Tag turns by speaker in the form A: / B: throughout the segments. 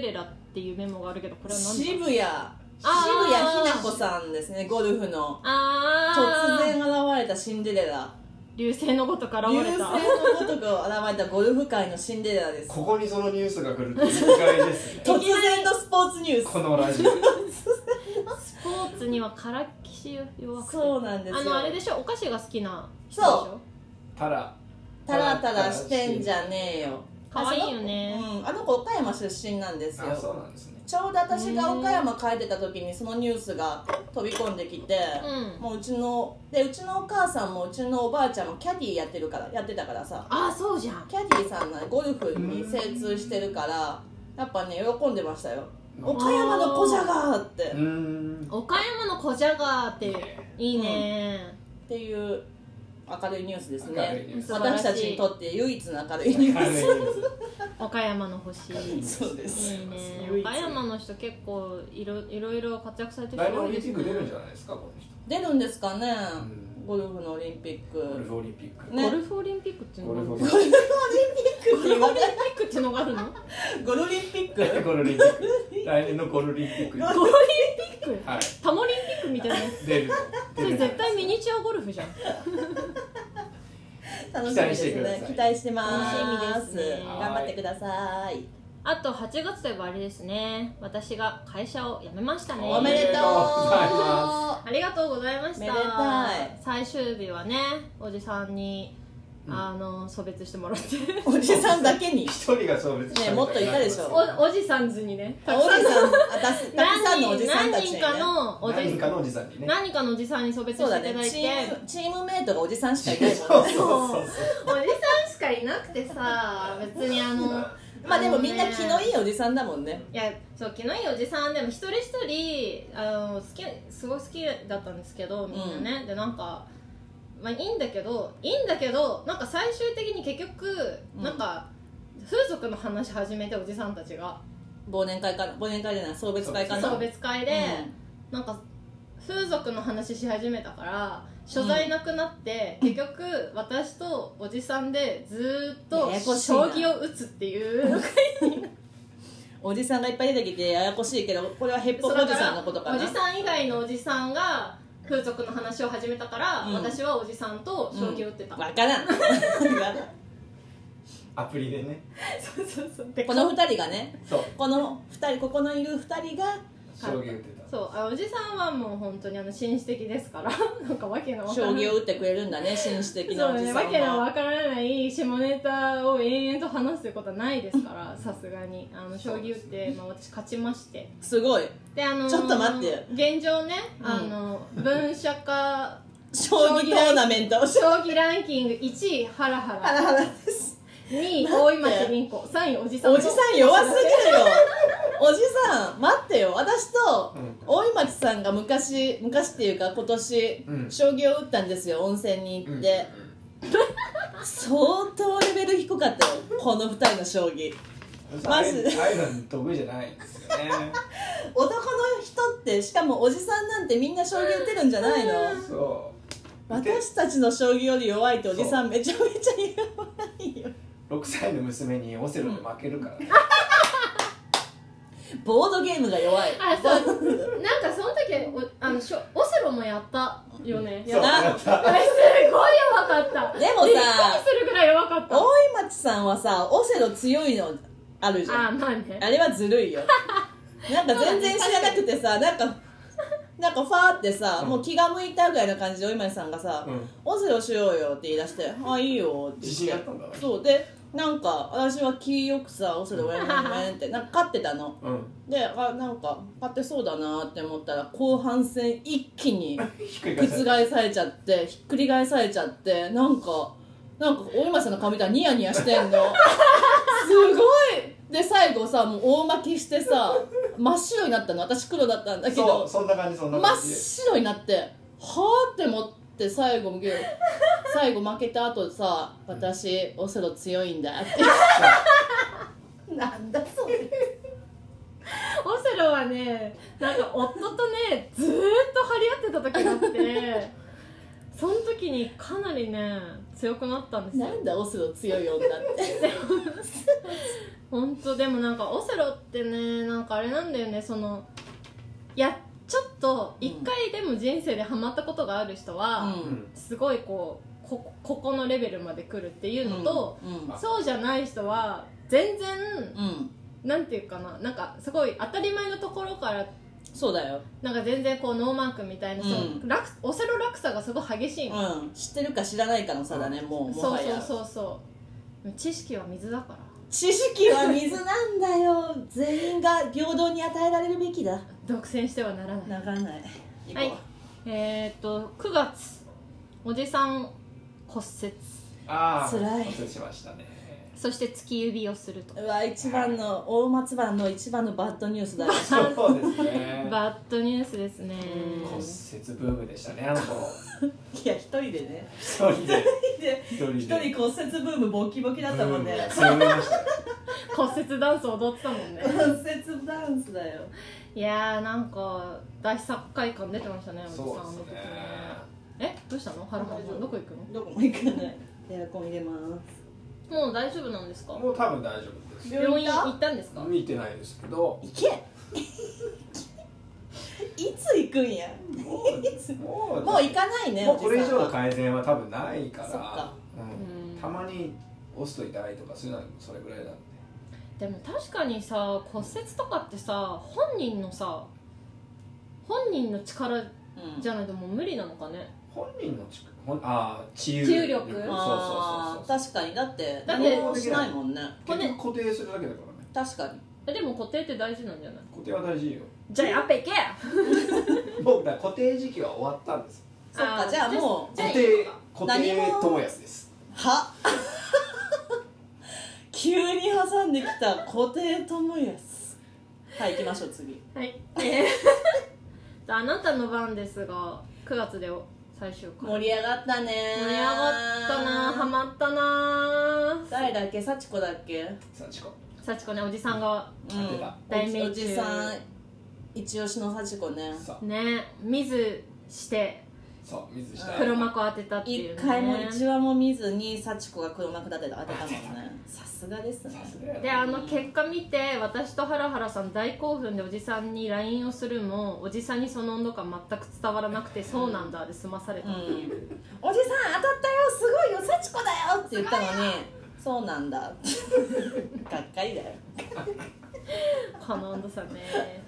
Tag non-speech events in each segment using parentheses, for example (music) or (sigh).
A: レラっていうメモがあるけどこれは何だ
B: 渋谷渋谷日向子さんですねゴルフの突
A: ああ
B: 然現れたシンデレラ
A: 流星のごとから
B: 流
A: 現れ
B: 星の
A: た
B: ごとく現れたゴルフ界のシンデレラです
C: ここにそのニュースが来るって意外ですね
B: 突然のスポーツニュ
C: こ
B: ー
C: のラジオ
A: スポーツにはからっきし弱く
B: ス
A: て
B: そうなんですよ
A: あのあれでしょお菓子が好きな人でし
B: そ
A: ょ
C: たら
B: タラタラしてんじゃねえよ
A: 可愛いよね
B: うん、あの子岡山出身なんです
C: あそ
B: よ
C: うなんですね
B: ちょうど私が岡山帰ってた時にそのニュースが飛び込んできて、
A: うん
B: もううちのでうちのお母さんもうちのおばあちゃんもキャディーやってるからやってたからさ
A: ああそうじゃん
B: キャディーさんがゴルフに精通してるからやっぱね喜んでましたよ岡山の子じゃがーって
C: う
B: っ
C: ーん
A: 岡山の小じゃがーっていいね、
B: ていう明るいニュースです
C: 明るい
B: ね
C: ニュース
A: 明るい
B: 私たちにとって唯一の明るいニュ
C: 明るい
B: ー
A: 岡山の星いい
B: スそうです
A: ね
B: 唯一
A: 岡山の人結構いろいろいろ活躍されてる
C: 来
A: 人多
C: 年オ
A: い
C: リ
A: で
C: ン
A: す
C: ピック出るんじ
A: ね
C: ゃないですかこの人
B: 出るんですかね、
C: ん
B: ゴルフのオリンピック
C: ゴルフオリンピック
B: ね
A: ゴルフオリンピックっていう
C: ゴ
A: の
C: ル
A: が
C: フオ
A: あ
C: リン
A: る
C: ピッ
A: ゴルフオリンピックっていうのがあるの
B: (laughs) ゴルリンピック
C: クゴルフオリンピック来年のゴルフオリンピックに
A: ゴ
C: は
A: ルフオリンピック
C: い
A: タモリンピックみたいな
C: 出る
A: それ絶対ミニチュアゴルフじゃん
B: 楽しみです
C: 期待してくだ
B: ね
C: さい
B: 期待してます
A: 楽しみですね
B: 頑張ってください
A: あと8月といえばあれですね私が会社を辞めましたね
B: おめでとう
C: おめでとうございま
A: ありがとうございました
B: めでたい
A: 最終日はねおじさんにあの送別しても
B: (laughs)
A: らって
B: おじさんだけに
C: 一人がそう別に
B: ねもっといたでしょ
A: おおじさんずにね
B: おじさんあたすたくさんのお
A: 何
B: じ
A: 人
B: さんた
A: 何
B: ち
A: 人
B: に、ね、
A: かのお
C: 何
A: じ
C: 人かのおじさんにね
A: 何かのおじさんに送別
B: そう
A: し
B: だ
A: ていた
B: ね
A: だい
B: チ
A: て、
B: ームチームメイトがおじさんしかいない
C: そ
B: も
C: うん
B: ね
C: そうそう
A: おじさんしかいなくてさ別にあの
B: まあでもみんな
A: あのね
B: 気のいいおじさんだもんね
A: いやそう気のいいおじさんでも一人一人あの好きすごい好きだったんですけどみんなね、でなんかまあいいんだけどいいんだけどなんか最終的に結局、
B: うん
A: なんか風俗の話始めておじさんたちが
B: 忘年会かな忘年会じゃない送別会かな
A: 送別会で、なんか風俗の話し始めたから所在なくなって、結局私とおじさんでずーっと
B: ややこしい
A: 将
B: な
A: 棋を打つって
B: (laughs)
A: いう
B: うんおじさんがいっぱい出てきてややこしいけどこれはヘッポコおじさんのことかな
A: おじさん以外のおじさんが風俗の話を始めたから、
B: うん
A: 私はおじさんと将棋を打ってた、
B: わからん (laughs) わからん
C: アプリでね
A: (laughs) そうそうそうで
B: この二人がね
C: そう
B: この二人ここのいる二人が
C: 将棋打ってた
A: そうあのおじさんはもう本当にあの紳士的ですから (laughs) なんかわけのわから
B: 将
A: ない
B: 棋を打ってくれるんだね紳士的な
A: そ
B: お
A: う
B: じ
A: ね、
B: さん
A: わけの
B: は
A: わからない下ネタを延々と話すことはないです
B: (laughs)
A: からさすがにあの将棋打っ
C: そう
A: て、まあ、私勝ちまして
B: すごい
A: であのー
B: ちょっと待って
A: 現状ね、
B: うん
A: あの文社科
B: 将棋トーナメント
A: 将棋ランキング1位ハラハ
B: ハ
A: ラ
B: ラハラです
A: 2位大井町銀行3位おじさん
B: おじさん弱すぎるよ (laughs) おじさん待ってよ私と
C: うん
B: 大井町さんが昔昔っていうか今年、
C: うん
B: 将棋を打ったんですよ温泉に行って、相当レベル低かったよこの二人の将棋
C: まずああいうの得意じゃないんですよね
B: 男の人ってしかもおじさんなんてみんな将棋打てるんじゃないの
C: そう
B: 私たちの将棋より弱いっておじさんめちゃめちゃ弱いよ
C: 6歳の娘にオセロで負けるからね
B: ボードゲームが弱い
A: あ (laughs) そうなんかその時おあのしょオセロもやったよね
C: そう
A: やっ
C: や
A: た
C: った
A: すごい弱かったびっく
B: でもさ
A: りするぐらい弱かった
B: 大井町さんはさオセロ強いのあるじゃん
A: あまあね
B: あれはず
C: (laughs)
B: るいよなんか全然知らなくてさなんかなんかファーってさ、
C: うん
B: もう気が向いたぐらいな感じでお今井さんがさ「
C: うん
B: オセロしようよ」って言い出して「あいいよ」って
C: 自
B: 言
C: 信あ
B: っ
C: ってたんだね
B: そうでなんか私は気よくさ「オセロやめんやん」ってなんか勝ってたの
C: うん
B: であなんか勝てそうだなって思ったら後半戦一気に
C: ひっくり返
B: 覆
C: さ
B: されちゃってひっくり返されちゃってなんかなんか大今さんの髪たらニヤニヤしてんのすごいで最後さもう大巻きしてさ真っ白になったの私黒だったんだけ
C: そ
B: ど
C: うそんな感じそんな
B: 真っ
C: 感じで
B: 白になってはあって思って最後最後負けた後さ私オセロ強いんだってなんだそれ
A: オセロはねなんか夫とねずーっと張り合ってた時があってその時にかなりね強くなったんですよ
B: なんだオスロ強い女って
A: 本当でもなんかオセロってねなんかあれなんだよねそのいやちょっと一回でも人生でハマったことがある人は、
C: うん
A: すごいこうこここのレベルまで来るっていうのと、
B: うんうん
A: そうじゃない人は全然
B: うん
A: なんていうかななんかすごい当たり前のところから
B: そうだよ、
A: なんか全然こうノーマークみたいな、
B: うん
A: そう落オセロ落差がすごい激しいの、
B: うん、知ってるか知らないかの差だねもうも
A: そう
B: は
A: そう
B: や
A: そうそう知識は水だから
B: 知識は水なんだよ全員が平等に与えられるべきだ
A: 独占してはならない
B: ならない
A: は
B: 行
A: い
B: こ
A: えー、っと9月おじさん骨折
C: ああ
B: 辛い
C: お世しましたね
A: そして月指をすると
B: ううわ一番の大松原の一番のバッドニュースだよ
C: そうですね
A: バッドニュースですね
C: 骨折ブームでしたねあの子
B: (laughs) いや一人でね
C: 一人で一人で
B: (laughs) 一人骨折ブームボキボキだったもんね
C: 強めました
A: 骨折ダンス踊ってたもんね
B: 骨折ダンスだよ
A: いやーなんか大殺界感出てましたねおじさん
C: そう
A: の
C: です
A: 時ね
C: ね
A: えどうしたのはるかさんどこ行く
B: どこも行かないエアコン入れま
A: のもう大丈夫なんですか
C: もう多分大丈夫です
B: す
A: 病院行ったんですか
C: 見てないですけ
B: (laughs)
C: ど
B: 行け (laughs) いつ行くんや
C: もうも
B: もう行かないね
C: もうこれ以上
B: おじさん
C: の
B: は
C: 改善は多分ないから
B: そっか
C: うん
A: うん
C: たまに押すと痛いとかそういうのはそれぐらいなん
A: で
C: で
A: も確かにさ骨折とかってさ本人のさ本人の力
B: うん
A: じゃないともう無理なのかね
C: 本人のちほんあー治癒
A: 治癒力
C: そうそう
B: あ
C: そう
B: ー
C: そ
B: 確
C: う
B: かにだって
A: だって
B: 何もしないもんね
C: 結局固定するだけだからね
B: 確かに
A: えでも固定って大事なんじゃない
C: 固定は大事よ
A: じゃあやっぱ行け
C: (laughs) 僕だから固定時期は終わったんです
B: そっかじゃあもう
A: じゃあ
C: 固
A: じゃあ
C: 定固定友康です
B: は (laughs) 急に挟んできた固定友康はい行きましょう次 (laughs)
A: はいえーじゃああなたの番ですが9月で最終回
B: 盛り上がったね
A: 盛り上がったなハマったな
B: 誰だっけ幸子だっけ
C: 幸子
A: 幸子ねおじさんが
C: 当てた
A: 大命中
B: おじさん一押しの幸子ね
C: そう
A: ね見ずして
C: そう水下
A: 黒幕を当てたってい
B: 一
A: う、ね、
B: 回も一話も見ずに幸子が黒幕立てた当てたもんねさすがですね
C: さすがや
A: で
C: な
A: あの結果見て私とハラハラさん大興奮でおじさんに LINE をするもおじさんにその温度感全く伝わらなくて「そうなんだ」で済まされ
B: う
A: た
B: ん
A: っていう、
B: おじさん当たったよすごいよ幸子だよって言ったのにそうなんだがっかりだよ
A: この温度差ね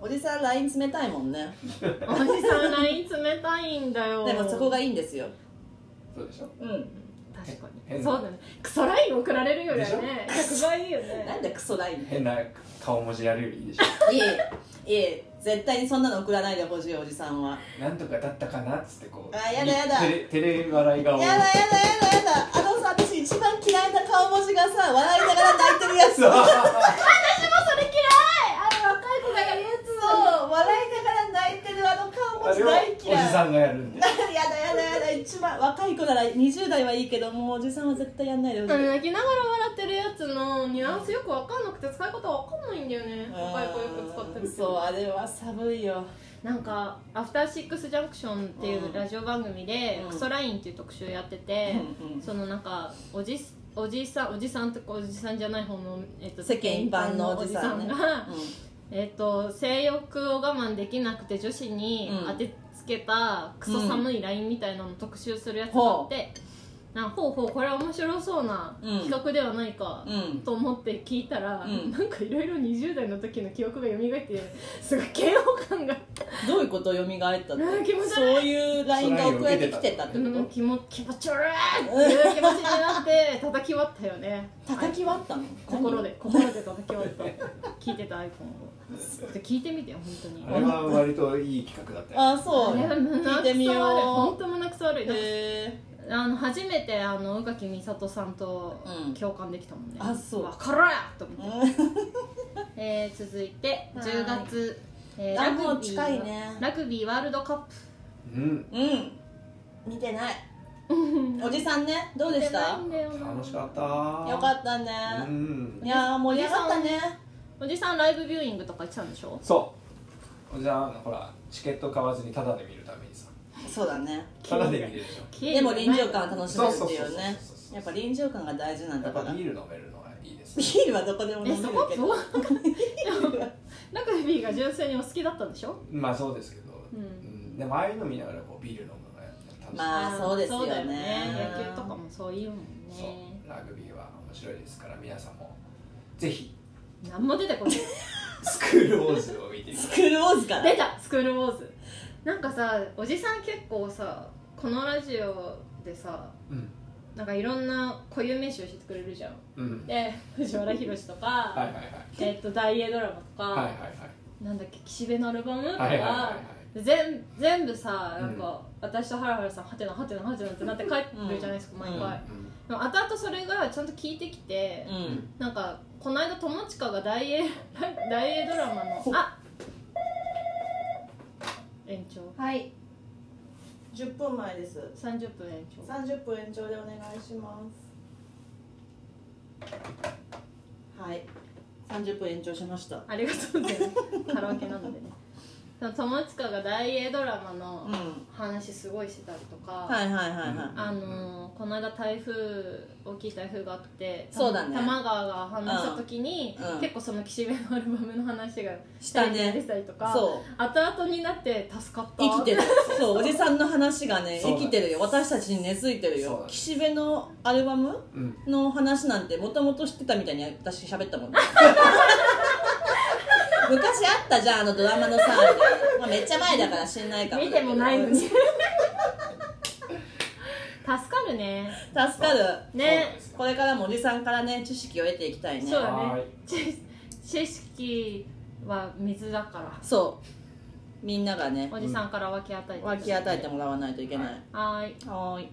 B: おじさん LINE 冷たいもんね
A: おじさん LINE 冷たいんだよ
B: でもそこがいいんですよ
C: そうでしょ
B: うん
A: 確かに
C: 変
A: そうだねクソ LINE 送られるよりはね100倍いいよ
B: な
A: ね
B: んでクソ LINE
C: 変な顔文字やるより
B: (laughs)
C: いいでし
B: いえいえ絶対にそんなの送らないでほしいおじさんは
C: ょなんとかだったかなっつってこう
B: あやだやだ
C: 照れ照れ笑い顔
B: やだやだやだやだあのさ私一番嫌いな顔文字がさ笑いながら泣いてるやつ
C: そう
A: それ嫌いあの若い子がやるや
B: そう笑いながら泣いてるあの顔
C: あ
B: 文字
C: れは
B: 大
C: おじ
B: 嫌い
C: さんがやるんで
B: (laughs) やだやだやだ一番若い子なら20代はいいけどもうおじさんは絶対やんないでほしい、
A: うん泣きながら笑ってるやつのニュアンスよく分かんなくて使い方わかんないんだよね若い子よく使ってるけ
B: そう
A: ど
B: あれは寒いよ
A: なんか「アフターシックスジャンクション」っていうラジオ番組で「
B: うん
A: クソライン」っていう特集やってて
B: うんうん
A: そのなんかおじおじさんおじさんとかおじさんじゃない方の、えっと
B: 世間一般のおじさんね
A: おじが
B: うん
A: えっと性欲を我慢できなくて女子に
B: うん
A: 当てつけたクソ寒い LINE みたいなの特集するやつがあって、なんかほうほうこれは面白そうな
B: うん
A: 企画ではないか、
B: うん
A: と思って聞いたら、
B: うん
A: なんかいろいろ20代の時の記憶が蘇ってすごい嫌悪感が
B: どういうこと蘇ったって
A: うん気持ち悪い
B: そういう LINE が送られてきてたって
A: う
B: こ
A: ん気も気持ち悪いっていう気持ちになって叩き割ったよね
B: と叩き割ったの
A: 心で心で叩き割った聞いてたアイコンをちょっと聞いてみてよ本当に
C: あれは割といい企画だったよ
B: ああそう
A: いや胸くそ
B: 聞い
A: 悪
B: てみ
A: い
B: よ
A: 本当胸くそ悪いう
B: へ
A: あの初めてあの宇垣美里さんと
B: うん
A: 共感できたもんね、
B: あそう
A: 分からんやと思
B: え
A: って、
B: うん
A: えー続いて
B: はい
A: 10月、えー
B: あ
A: ラグビー
B: もう近いね
A: ラグビーワールドカップ
C: うん
B: うん見てないおじさんねどうでした
A: 見てないんだよな
C: 楽しかった
B: よかったね
C: うん
B: いやー盛り上がったね
A: おじさんライブビューイングとか行ってたんでしょ
C: そうじゃあほらチケット買わずにタダで見るためにさ
B: そうだね
C: ただで見れるでしょ
A: 綺麗
B: でも臨場
A: じゃない
B: 感を楽しめるっていうね
C: そうそうそうそう
B: やっぱ臨場感が大事なん
C: や
B: だ
C: っ
B: か
C: ぱ
B: ら
C: ビ
B: ビ
C: ール飲めるのがいいですね
B: ールはどこでも飲め
A: え
B: る
A: そこ
B: け
A: そう
B: ど
A: なんかでもラグビーが純粋にお好きだったんでしょ
C: まあそうですけど、
A: うん
C: でもああいうの見ながらこうビール飲むのがやっぱ楽しい、
B: まあそうですよね
A: だ野球とかもそういうもんね
C: そうラグビーは面白いですから皆さんもぜひ
A: 何も出てこない
C: スクールウォーズを見てくだ
B: ス
C: さ
B: クールウォーズから
A: 出たスクールウォーズなんかさおじさん結構さこのラジオでさ
C: い、うん
A: なんかいろんな固有名詞を教えてくれるじゃん
C: うん、
A: で藤原宏とか、
C: はいはいはい
A: えっと大映ドラマとか、
C: はいはい
A: なんだっけ岸辺のアルバムとか、
C: はいはいはいは
A: 全全部さなんか、私とハラハラさんはてなはてなはてなってなって帰ってるじゃないですか、毎
C: い
A: 回、
C: はい、
A: でも後々それがちゃんと聞いてきて
B: う、ん
A: なんかこの間友近が大映 (laughs) 大映ドラマのあ延長
D: はい10分前です
A: 30分延長
D: 30分延長でお願いしますはい
B: 30分延長しました
A: ありがとうございますカラオケなのでねでも友近が大映ドラマの
B: うん
A: 話すごいしてたりとか、
B: はいはいはいはい
A: あのーこの間台風大きい台風があって
B: そうだね
A: 多摩川が話した時に、
B: うんうん
A: 結構その岸辺のアルバムの話が
B: し
A: テ
B: た
A: レビで
B: ね
A: 出たりとか
B: そう
A: 後々になって助かった
B: 生きてるそうおじさんの話がね生
C: そうなんです
B: きてるよ私たちに根付いてる
C: そうな
B: よ
C: んです
B: 岸辺のアルバム
C: うん
B: の話なんてもともと知ってたみたいに私喋ったもん
A: (laughs)
B: ね昔あったじゃんあのドラマのさ、まあ、めっちゃ前だから知んないかも
A: 見てもないのに (laughs)
B: 助
A: 助かるね
B: かる
A: ね
B: これからもおじさんからね知識を得ていきたいね
A: そうだ
C: は
A: ね
C: ーい
A: 知知識は水だから
B: そうみんながね
A: おじさんから分け与えて
B: 分け与えてもらわないといけない、
A: はーい
B: はーい